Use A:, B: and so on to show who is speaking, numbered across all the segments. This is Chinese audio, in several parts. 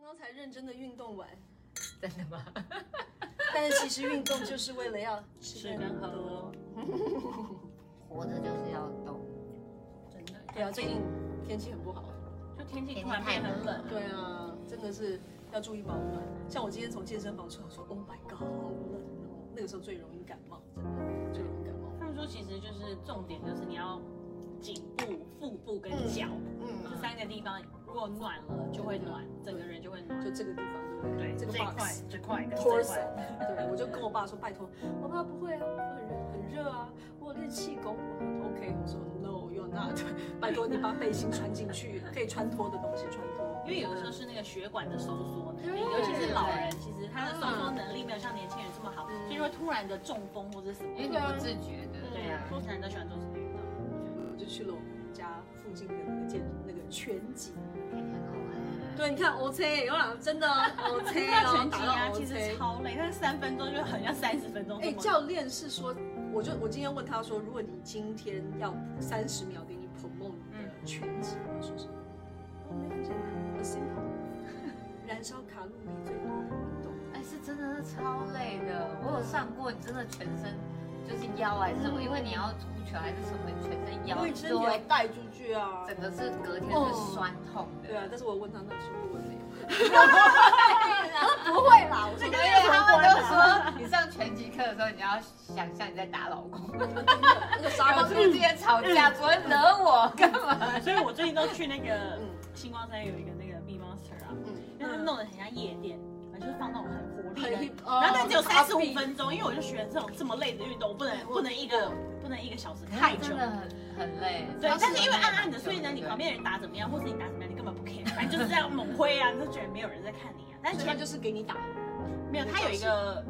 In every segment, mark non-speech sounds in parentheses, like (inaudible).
A: 刚才认真的运动完， (laughs)
B: (laughs)
C: 真的吗？
A: 但是其实运动就是为了要
C: 吃跟喝，
B: 活着就是要动，
C: 真的。
A: 对啊，最近天气很不好。
C: 就天气
B: 天
C: 突
B: 气
C: 然
B: 太
C: 变很冷，
A: 对啊，真的是要注意保暖。像我今天从健身房出来，我说 Oh my god，好冷哦。那个时候最容易感冒，真的最容易感冒。
C: 他们说其实就是重点就是你要颈部、腹部跟脚、这
B: 嗯，
C: 三个地方，如果暖了就会暖，整个人就会暖。
A: 就这个地方，对不
C: 对，
A: 对？这个
C: 最快
A: box。
C: 最快跟最
A: torso，
C: 快。
A: 对，我就跟我爸说，拜托，我爸不会啊，我很热很热啊，我有练气功，我说 OK，我说 No，you're not，拜托你把背心穿进去，可以穿脱的东西穿脱，
C: 因为有的时候是那个血管的收缩能力，
A: 对嗯
C: 尤其是老人，其实他的收缩能力没有像年轻人这么好，所以说突然的中风或者什么
A: 哎
B: 因为。你不自觉
C: 对
B: 的，
C: 啊，所以男的喜欢做什么运动？
A: 我就去了我们家附近的那个健那个拳击，
B: 每天都玩，
A: 对，你看 OK，有两真的哦
C: (laughs)
A: OK，然
C: 那
A: 后
C: 拳击
A: 打
C: 啊，
A: 到
C: 其实
A: OK。
C: 超累，但是三分钟就很像三十分钟
A: 哎、
C: 这么久。
A: 教练是说，我就我今天问他说，如果你今天要三十秒给你 promote 你的拳击，你要说什么？我没有很简单，a simple，燃烧卡路里最多的运动。
B: 哎，是真的是超累的。我有上过，你真的全身就是腰还是什么，因为你要出拳还是什么，你全身腰
A: 我以前
B: 就
A: 有
B: 会
A: 带出去啊。
B: 整个是隔天是酸痛的。
A: 对啊，但是我问他那是不是我没有？
B: 不会啦，
A: (laughs)
B: 我说
C: 没有
B: 他
C: 关啊
B: 们都说你上拳击课的时候，你要想象你在打老公，
A: 那个沙
B: 然
A: 发
B: 后之间吵架，昨天惹我干嘛？
C: (laughs) 所以我最近都去那个
A: 嗯
C: 星光山有一个那个 B Monster 啊，
A: 嗯
C: 因为他们弄得很像夜店，反正就是放那种很活力
A: 很嗯
C: 的
A: hip，
C: 然后但只有三十五
A: 哦
C: 分钟，因为我就学这种这么累的运动，我不能不能一个不能一个小时太
B: 太
C: 久
B: 真。的很很累。
C: 对，但是因为暗暗的，所以呢，你旁边人打怎么样，或是你打怎么样，你根本
A: (laughs)
C: 不 care，反正就是这样猛挥啊，你就觉得没有人在看你啊。但
A: 所
C: 前
A: 以他
C: 面
A: 就是给你打。
C: 没有，它有一个，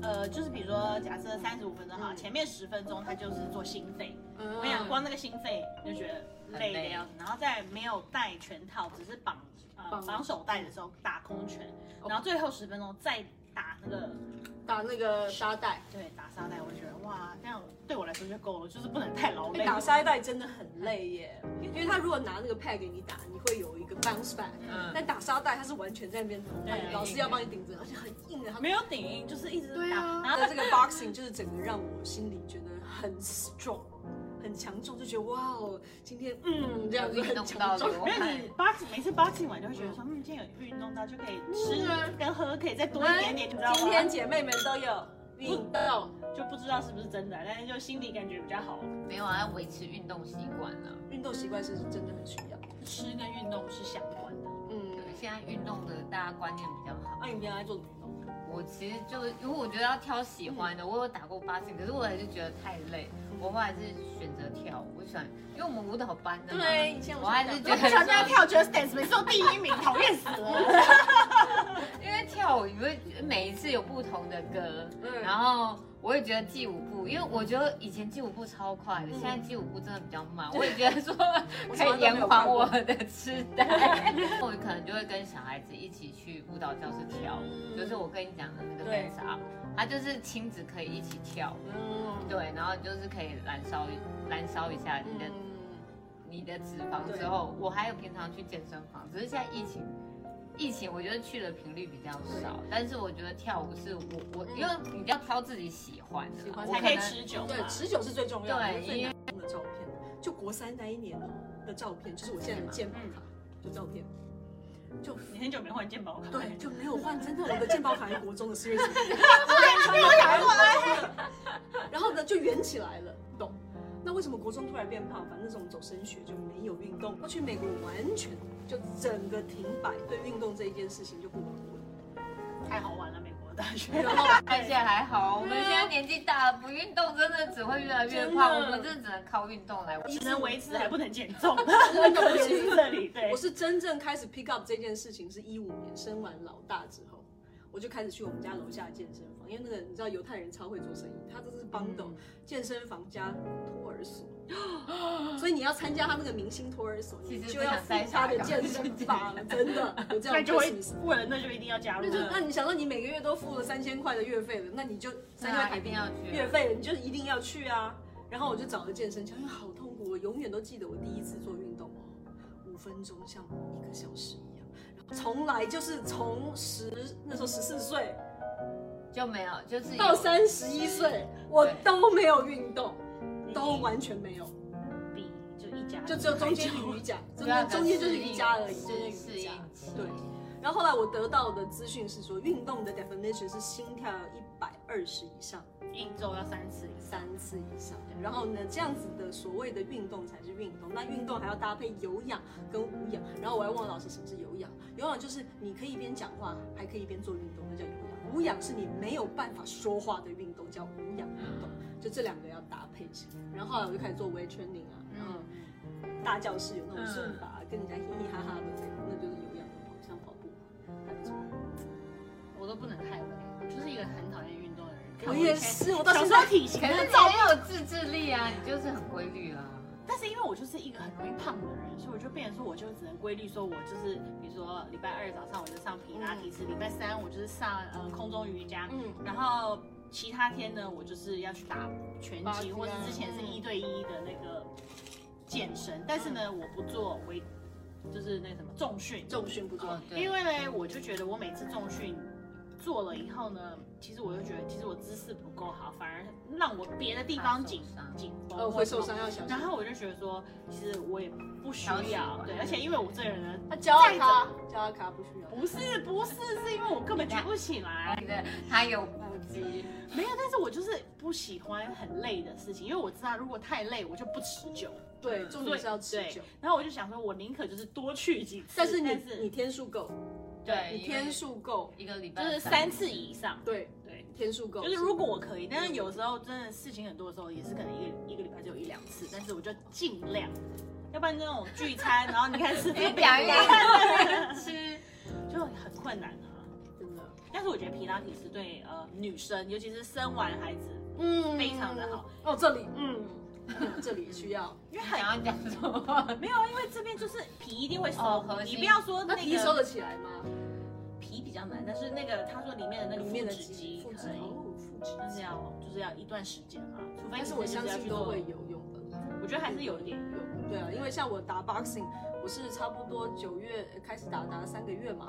C: 呃，就是比如说，假设三十五分钟哈，
A: 嗯
C: 前面十分钟它就是做心肺，
A: 嗯
C: 我跟你讲，光那个心肺你就觉得累啊的
B: 很累
C: 要死，然后再没有戴全套，只是绑呃
A: 绑
C: 绑手带的时候打空拳，
A: 哦
C: 然后最后十分钟再打那个
A: 打那个沙袋。
C: 对打沙袋，我就觉得哇，这样对我来说就够了，就是不能太劳累。
A: 被打沙袋真的很累耶，因为他如果拿那个 pad 给你打，你会有一个 bounce back。
B: 嗯
A: 但打沙袋他是完全在那边，
C: 对
A: 老师要帮你顶着，而且很硬的。他
C: 没有顶硬，就是一直打，
A: 对啊，
C: 然后
A: 但这个 boxing 就是整个让我心里觉得很 strong，很强壮，就觉得哇哦，今天嗯这样子很强壮。
C: 没有你 boxing 每次 boxing 完就会觉得说，嗯，今天有运动到就可以吃跟喝可以再多一点点，你知道吗？
A: 嗯
C: 嗯
A: 今天姐妹们都有运动，
C: 就不知道是不是真的，但是就心里感觉比较好。
B: 没有啊，要维持运动习惯啊。
A: 运动习惯是真的很需要。
C: 吃跟运动是相关的，
A: 嗯
B: 对，，现在运动的大家观念比较好。
A: 那你原来做什么运动？
B: 我其实就因为我觉得要挑喜
A: 嗯
B: 欢的，我有打过八星，可是我还是觉得太累，我后来是选择跳舞。我喜欢，因为我们舞蹈班的嘛，
A: 对，以前
B: 我还是觉
C: 我
B: 得
C: 不想要跳 Just Dance，每次都第一名，讨
A: (laughs)
C: 厌死了。
B: 因为跳舞，你会每一次有不同的歌，
A: 嗯
B: 然后我也觉得记舞步，因为我觉得以前记舞步超快的，现在记舞步真的比较
A: (laughs)
B: 慢。我也觉得说
A: 嗯我
B: 可
A: 从来
B: 以
A: 都没有
B: 延缓我的痴呆， (laughs) 我可能就会跟小孩子一起去舞蹈教室跳
A: 嗯
B: 舞，就是我跟你讲的那个
A: 对
B: dance up，它就是亲子可以一起跳舞，
A: 嗯，
B: 对，然后就是可以燃烧燃烧一下你的
A: 嗯。
B: 你的脂肪之后，我还有平常去健身房，只是现在疫情，疫情我觉得去的频率比较少，但是我觉得跳舞是我我
A: 嗯
B: 因为你要挑自己喜欢的
A: 喜
B: 啦，
A: 欢
B: 我
C: 才
B: 可
C: 可以
B: 能 (laughs)
C: 持久嘛
A: 对，。持久是最重要的。
B: 对
A: 我最
B: 因
A: 难
B: 为
A: 忘的照片，就国三那一年的照片，就是我现在的健保卡，
B: 嗯
A: 就照片，就
C: 你很久没换健保卡，
A: 对，就没有换。真的，我的健保卡是国中的四月
B: (laughs)
A: 十日， (laughs) 然后呢就圆起来了，不懂？那为什么国中突然变胖？反正是我们走升学就没有运动。我去美国完全就整个停摆，对运动这一件事情就不玩了。
C: 太好玩了，美国大学。
A: 然后
B: 而且还好，我们现在年纪大了，不运动真的只会越来越胖，
A: 啊真的
B: 我们真的只能靠运动来。
C: 只能维持还不能减
A: (laughs)
C: 重， (laughs)
A: 真的不
C: 就
A: 行
C: 是这里对
A: 我。是真正开始 pick up 这件事情是一五年生完老大之后，我就开始去我们家楼下的健身房，因为那个你知道犹太人超会做生意，他都是帮
B: 嗯
A: 懂健身房加托儿所，所以你要参加他那个明星托儿所，
B: 其
A: 你
B: 实
A: 就
B: 不
A: 要
B: 想
A: 付
B: 再
A: 他的
B: 下岗 (laughs)
A: 健身房，真的有这
C: 那
A: 样
C: 就
A: 的
C: 会
A: business。
C: 为了那就一定要加
A: 那
C: 入
A: 就。那你想说你每个月都付了三千块的月费了，那你就三千块
B: 那
A: 台
B: 一
A: 币
B: 定要去
A: 月费了，你就一定要去啊。然后我就找了健身教练，好痛苦，我永远都记得我第一次做运动哦，五分钟像一个小时一样。从来就是从十那时候十四岁
B: 就没有，就是
A: 到
B: 有
A: 三十一岁，我都没有运动，都完全没有，
C: 比就一家，
A: 就只有中间瑜伽，中
B: 对啊
A: 间中间就是
B: 适应
A: 瑜伽而已，中间
B: 是适
A: 瑜伽。
B: 应期
A: 对然后后来我得到的资讯是说，运动的 definition 是心跳一百二十以上
C: 一周要三次以上，
A: 三次以上，然后呢，这样子的所谓的运动才是运动。那运动还要搭配有氧跟无氧，然后我还问我老师什么是有氧。有氧就是你可以一边讲话，还可以一边做运动，那叫有氧。无氧是你没有办法说话的运动，叫无氧运动。就这两个要搭配起来。然后后来我就开始做 weight training 啊，
C: 嗯
A: 然后大教室有那种顺法，跟人家嘻嘻哈哈的，那就是有氧的跑，像跑步啊还不错。
C: 嗯我都不能太累，我就是一个很讨厌运动的人。
A: 我
C: 看
A: 哦也
C: 以前
A: 是，我到
C: 小
A: 现
C: 时候
A: 在
C: 体型
B: 可
C: 很
B: 是你
C: 糟，
B: 很有自制力啊，你就是很规律啊。
C: 但是因为我就是一个很容易胖的人，所以我就变成说，我就只能规律说，我就是比如说礼拜二早上我就上皮拉提斯，礼拜三我就是上呃空中瑜伽，
A: 嗯，
C: 然后其他天呢，我就是要去打拳
B: 八
C: 击，
B: 字啊
C: 或者之前是一对一的那个健身，但是呢，我不做微，就是那什么重训，
A: 重训不做
B: 哦，，对，
C: 因为呢，我就觉得我每次重训做了以后呢，其实我就觉得其实我姿势不够好，反而让我别的地方紧
B: 怕受伤
C: 紧绷，
A: 呃，会受。伤要小心
C: 然。后我就觉得说，其实我也不需
B: 调节
C: 要，对，而且因为我这个人呢，
A: 他教
C: 再
A: 他
C: 怎么
A: 教他卡不需要。
C: 不是不是，是因为我根本举不起来，
B: 你的他有腹肌，
C: 没有，但是我就是不喜欢很累的事情，因为我知道如果太累我就不持久。
A: 对，重点是要持
C: 嗯对
A: 久。
C: 然后我就想说，我宁可就是多去几次，
A: 但是你
C: 但
A: 你
C: 是
A: 天数够，你
B: 对，
A: 天数够，
B: 一个礼拜
C: 就是三次以上，
A: 对，
C: 对，
A: 天数够。
C: 就是如果我可以，但是有时候真的事情很多的时候，也是可能一个一个礼拜只有一两次，但是我就尽量，要不然那种聚餐，然后你看吃
B: 越
C: (laughs) 这个
B: 讲越难吃，
C: 就很困难啊。
A: 真的，
C: 但是我觉得皮拉提是对呃女生，尤其是生完孩子，
A: 嗯
C: 非常的好。
A: 哦，这里，
C: 嗯，
A: 嗯这里需
C: (laughs)
A: 要。
C: 因为
B: 想要
C: 很
B: 讲什么？ (laughs)
C: 没有啊，因为这边就是皮一定会收
B: 哦，核
C: 你
B: 心
C: 不要说
A: 那
C: 那
A: 皮
C: 个
A: 收得起来吗？
C: 皮比较难，但是那个他说里面的那
A: 里
C: 个
A: 面
C: 腹
A: 的
C: 直肌
A: 腹
C: 可
A: 肌，
C: 以，嗯
A: 哦，腹肌。
C: 但是要就是要一段时间啊，除非
A: 但
C: 你
A: 是我
C: 真
A: 相
C: 的是要
A: 信
C: 去
A: 都
C: 做
A: 会，有用的。
C: 我觉得还是有一点用。
A: 对啊，因为像我打 boxing，我是差不多九月呃开始打，打了三个月嘛。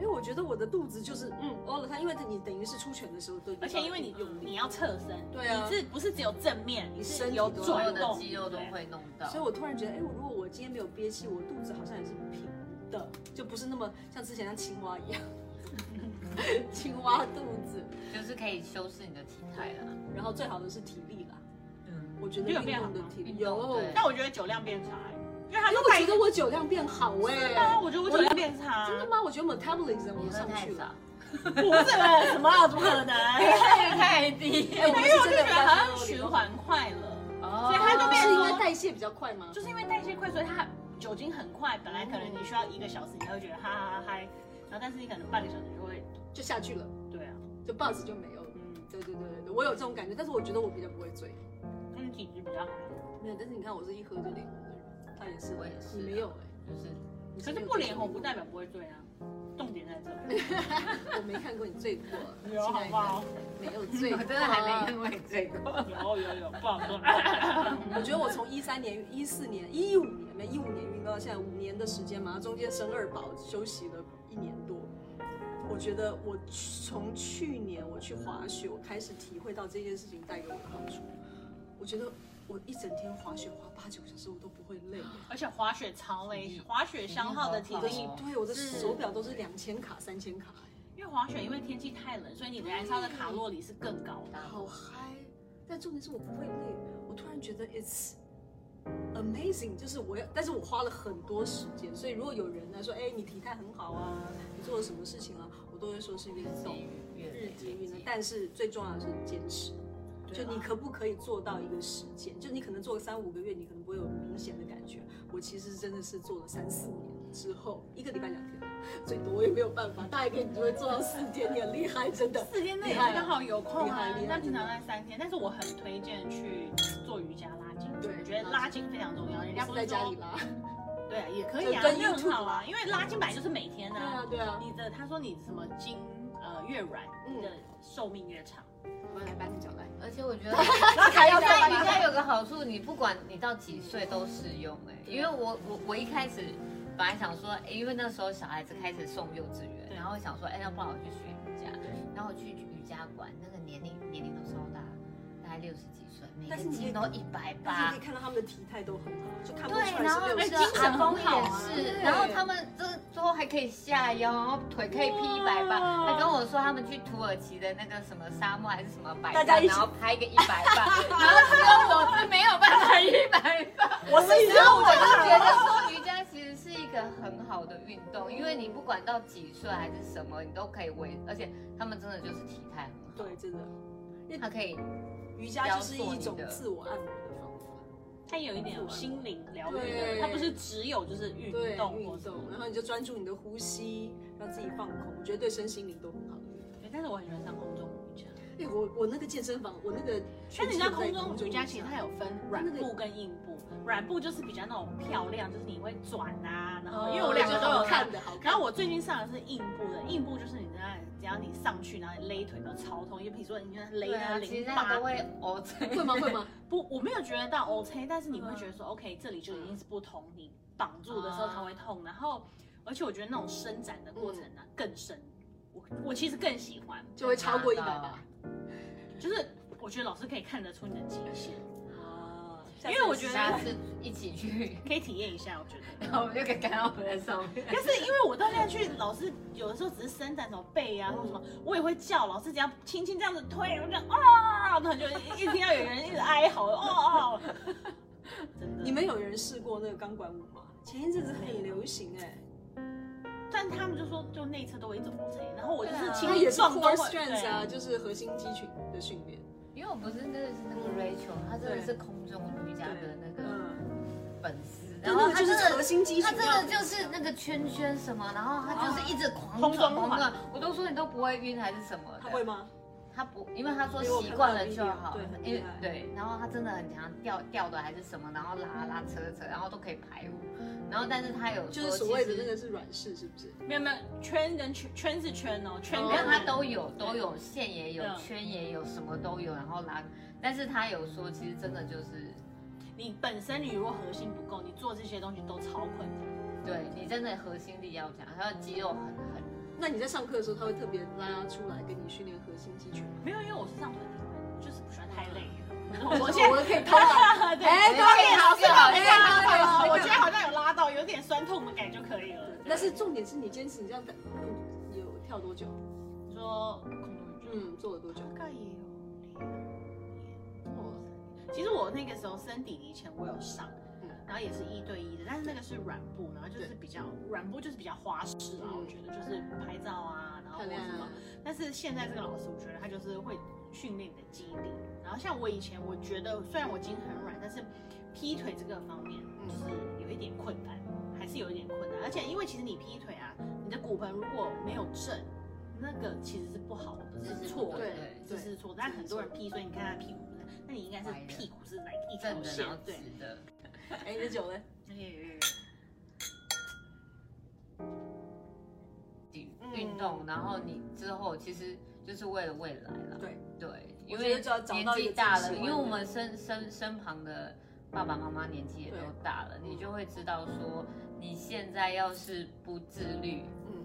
A: 因为我觉得我的肚子就是，嗯，哦，它因为你等于是出拳的时候都已经到
C: 而
A: 底了，
C: 且因为你有你要侧身，
A: 对啊
C: 你是不是只有正面，你
A: 身
C: 是
A: 体
C: 有
A: 都要
B: 所有
C: 转
B: 的
C: 动，
B: 肌肉都会弄到
A: 所以，我突然觉得，哎、我如果我今天没有憋气，我肚子好像也是平的，就不是那么像之前像青蛙一样， (laughs) 青蛙肚子。
B: 就是可以修饰你的体态啊啦。
A: 然后最好的是体力啦，
B: 嗯，
A: 我觉得
C: 你有
A: 运
C: 变好
A: 动的
C: 吗
A: 体力
B: 运
A: 有
B: 动，对
A: 因
C: 但我觉得酒量变差，欸因为他
A: 为
C: 说
A: 我
C: 带
A: 觉得我酒量变好哎、
C: 啊，我觉得我酒量变差，啊
A: 真的吗？我觉得 metabolism
B: 你
A: 我
B: 喝
A: 上
B: 太
A: 去
B: 少
A: 了，，
C: 不是什么啊？怎么
A: (laughs)
C: 可能？
B: 太低
A: 哎、我们
C: 因
A: 是
C: 为我
A: 真
C: 就
A: 的
C: 觉得好像
A: 有
C: 循
A: 点
C: 环快了，
B: 哦
C: 所以它就变
A: 是
C: 成
A: 因为
C: 说
A: 代谢比较快吗？
C: 就是因为代谢快，所以它酒精很快，本来可能你需要一个小时，你才会觉得哈哈哈嗨，然后但是你可能半个小时就会，
A: 就下去了，
C: 对啊，
A: 就 buzz 就没有了。
C: 嗯，
A: 对对对对对，我有这种感觉，但是我觉得我比较不会醉。
C: 那你体质比较好，
A: 没有，但是你看我是一喝就脸红的人，他也是，
B: 我也是
A: 你没有哎、
B: 就是
A: 你
C: 可是
A: 没有
C: 不
A: 这
C: 脸
A: 种
C: 红
A: 感
C: 不
A: 觉
C: 代表不会醉啊，重点在这里，
A: 我没看过你
C: (laughs)
A: 醉过，
C: 有好不好？
A: 没有醉
B: 我
C: (laughs)
A: 过，
B: 真的还没因为这个，
C: 有有有，不好说。
A: (laughs) 我觉得我从一三年、一四年、一五年没一五年运动到现在五年的时间嘛，中间生二宝休息了一年多。我觉得我从去年我去滑雪，我开始体会到这件事情带给我的好处。我觉得我一整天滑雪滑八九个小时，我都不会累。
C: (laughs) 而且滑雪超
A: 嗯
C: 累，滑雪消耗的体
A: 我的
C: 力
B: 哦
A: 对我的
C: 是
A: 手表都是两千卡、三千卡，
C: 因为滑雪因为天气太冷，所以你燃烧的卡路里是更高的。
A: 好嗨！但重点是我不会累，我突然觉得 it's amazing，就是我要，但是我花了很多时间，所以如果有人来说，哎、你体态很好啊，你做了什么事情啊，我都会说是运动，日积月累。但是最重要的是坚持，就
C: 啊
A: 你可不可以做到一个实践？就你可能做个三五个月，你可能不会有明显的感觉。我其实真的是做了三四年之后，一个礼拜两天，最多我也没有办法，大一点你就会做到四天，你很厉害，真的。
C: 四天内也是刚好有空啊，那平常在三天，但是我很推荐去做瑜伽拉筋，
A: 对
C: 我觉得拉筋非常重要。人家不
A: 是
C: 是
A: 在家
C: 说
A: 里拉。
C: 对啊，也可以啊，
A: 就跟
C: 那很
A: YouTube
C: 好啊，因为拉筋本来就是每天
A: 对啊
C: 啊，，
A: 对啊。
C: 你的他说你什么筋呃越软，
A: 嗯
C: 你的寿命越长。
A: 我来搬你脚来。
B: 而且我觉得
A: 那还要
B: 瑜伽瑜
A: 搬
B: 欸伽有个好处，你不管你到几岁都适用哎、因为我我我一开始本来想说，哎，因为那时候小孩子开始送幼稚园，
C: 对
B: 然后想说，哎，那不然我去学瑜伽
A: 对，
B: 然后我去瑜伽馆，那个年龄年龄都超大，大概六十几岁，每
A: 但是
B: 个
A: 你
B: 筋都一百
A: 但
B: 八
A: 是你可以。看到他们的体态都很好，就看不出来
B: 对，然
A: 是
B: 后
A: 六
B: 那
A: 十
B: 个
C: 精神
B: 阿
C: 很
B: 公
C: 好
B: 也
C: 啊
B: 是，
A: 对
B: 然后他们这最后还可以下腰，然后腿可以劈一百八。
C: 哇
B: 他跟我说他们去土耳其的那个什么沙漠还是什么白
A: 大
B: 山，
A: 家一起
B: 然后拍个一百八，然后只有我是没有办法一百八。
A: 我是
B: 然后我就觉得说瑜伽其实是一个很好的运动，因为你不管到几岁还是什么，你都可以维，而且他们真的就是体态很好
A: 对，，真的，
B: 对，他可以
A: 瑜伽就是一种自我按摩的方法，
C: 它有一点有心灵疗愈的，
A: 对
C: 它不是只有就是运
A: 对，
C: 动
A: 运
C: 或什么
A: 动，然后你就专注你的呼吸，让自己放空，我觉得对身心灵都很好的运动。
C: 对但是我很喜欢上空中瑜伽，
A: 哎，我我那个健身房，我那个
C: 但
A: 全
C: 你
A: 身
C: 知
A: 都
C: 道
A: 在
C: 空中瑜伽其实它
A: 有
C: 有分软部跟硬部，软部就是比较那种漂亮，就是你会转啊，然
A: 哦
C: 后因为我两个都有看
A: 看。的好看， (laughs)
C: 然后我最近上的是硬部的，硬部就是你在那，只要你上去，然后你勒腿都超痛，就比如说你勒
B: 对
C: 那
B: 啊，
C: 个
B: 其
C: 淋
B: 实他
C: 巴
B: 们都，会哦，对
A: 会吗？会吗？
C: 不，我没有觉得到 OK，但是你会觉得说 OK，这里就已经是不同，你绑住的时候它会痛，然后而且我觉得那种伸展的过程呢、更深，我我其实更喜欢，
A: 就会超过一百
B: 真
A: 吧。
C: 就是我觉得老师可以看得出你的极限，
A: 啊，
C: 因为我觉得
B: 下次一起去，
C: 可以体验一下，我觉得。
B: 然后我们就可以看到我们在上面。
C: 但是因为我到现在去，老师有的时候只是伸展什么背啊或什么，我也会叫老师，只要轻轻这样子推，然后这样啊，然后就一听到有人一直哀嚎，哦哦， (laughs) 真的。
A: 你们有人试过那个钢管舞吗？前一阵子很流行哎、
C: 但他们就说就内侧都会一直 O 然后我就是轻
A: 它
C: 轻
A: 也是
C: 撞都
A: core
C: 会
A: strength
C: 对
A: 啊，就是核心肌群的训练。
B: 因为我不是真的是那个 Rachel，她真的是空中瑜伽的啊那个
A: 嗯，
B: 粉丝，
A: 对，
B: 然
A: 那
B: 后
A: 个
B: 她
A: 就是
B: 真
A: 核
B: 的。
A: 心肌
B: 她
A: 群哦
B: 真
A: 要
B: 的就是那个圈圈什么，然后她就是一直狂
C: 空
B: 转
C: 中
B: 狂转
C: 环，
B: 我都说你都不会晕还是什么的。
A: 他会吗？
B: 他不，因为他说习惯了就好，
A: 因为我看到的 video，对很
B: 因
A: 厉
B: 为
A: 害
B: 对，然后他真的很强，吊吊的还是什么，然后拉拉扯扯，然后都可以排舞，然后但是他有说
A: 就是所谓的
B: 其
A: 那
B: 实
A: 个是软式，是不是？
C: 没有没有圈跟圈圈是圈哦，圈
A: 哦
B: 没有，
C: 跟
B: 他
C: 它
B: 都有都有线也有
C: 嗯
B: 圈也有什么都有，然后拉，但是他有说其实真的就是，
C: 你本身你如果核心不够，你做这些东西都超困难。
B: 对你真的核心力要强，还有肌肉很很，
A: 那你在上课的时候，他会特别拉出来跟你训练核心肌群
B: (laughs)
A: 吗？
C: 没有，因为我是上团体班，就是不喜欢太累了。
A: 哦我
C: (laughs) 我现在
A: 可以偷
B: (laughs)
A: 懒。
C: 对，
A: 哎
C: 对
A: 对好
C: 是好像
A: 哎对
C: 拉
A: 对
C: 到，我
A: 对
C: 觉得好像有拉到，有点酸痛的感觉就可以了。
A: 但是重点是你坚持你这样的，嗯有跳多久？
C: 你说恐龙
A: 嗯，做了多久？
C: 大概也有两年。
A: 哦，
C: 嗯其实我那个时候生底以前我有上
A: 嗯，
C: 然后也是一对一的，但是那个是软布，然后就是
A: 对
C: 比较软布就是比较花式啊，
A: 嗯
C: 我觉得就是拍照啊，然后
A: 漂
C: 或
A: 亮
C: 什么
A: 啊。！
C: 但是现在这个老师，我觉得他就是会训练你的肌力。然后像我以前，我觉得虽然我筋很软，但是劈腿这个方面
A: 嗯
C: 就是有一点困难，还是有一点困难。而且因为其实你劈腿啊，你的骨盆如果没有正，那个其实是不好的，
B: 姿势
C: 是
B: 不
C: 错的
A: 对，
C: 这是错的。但很多人劈，所以你看他屁股不是，那你应该是
B: 歪的
C: 屁股是来一条
B: 正的
C: 线
B: 然后，直
C: 对。
B: 的，
A: 哎，你的酒呢？嗯
B: 运动，然后你之后其实就是为了未来了，
A: 对
B: 对，
A: 我
B: 因
A: 觉
B: 为
A: 得就要找
B: 年
A: 到一
B: 纪
A: 个
B: 大
A: 自己喜
B: 了，
A: 欢
B: 因
A: 的
B: 为我们身身身旁的爸爸妈妈年纪也都
A: 对
B: 大了，你就会知道说，你现在要是不自律，
A: 嗯，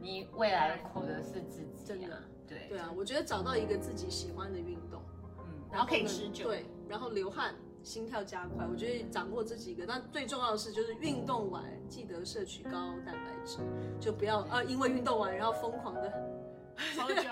B: 你未来苦的是自己、啊，
A: 真的，
B: 对
A: 对，啊，我觉得找到一个自己喜欢的运动。
B: 嗯，
C: 然后可以
A: 呢
C: 持久
A: (laughs) 对，然后流汗，心跳加快。我觉得掌握这几个，但最重要的是就是运动完记得摄取高蛋白质，就不要呃因为运动完然后疯狂的
C: 抽酒，